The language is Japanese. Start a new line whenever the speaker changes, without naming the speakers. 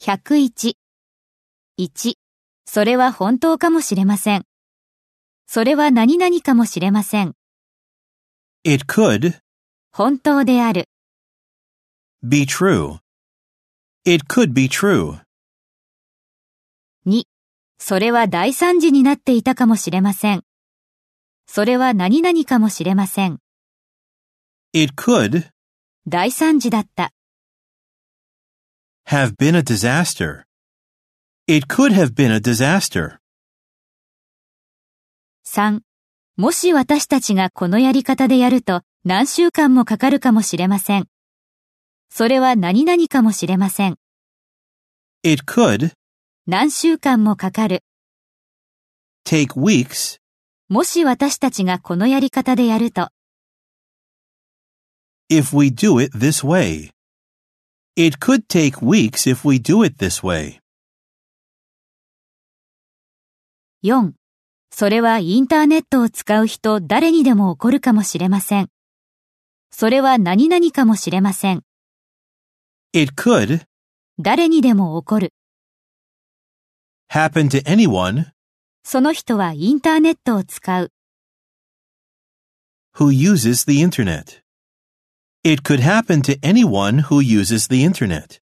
101。1. それは本当かもしれません。それは何々かもしれません。
It could
本当である。
be true. It could be true.
2. それは大惨事になっていたかもしれません。それは何々かもしれません。
It could
大惨事だった。
have been a disaster. It could have been a disaster.
3. もし私たちがこのやり方でやると何週間もかかるかもしれません。それは何々かもしれません。
It could
何週間もかかる。
take weeks.
もし私たちがこのやり方でやると、
if we do it this way. It could take weeks if we do it this way.
4. それはインターネットを使う人誰にでも起こるかもしれません。それは何々かもしれません。
It could
誰にでも起こる。
happen to anyone
その人はインターネットを使う。
who uses the internet. It could happen to anyone who uses the internet.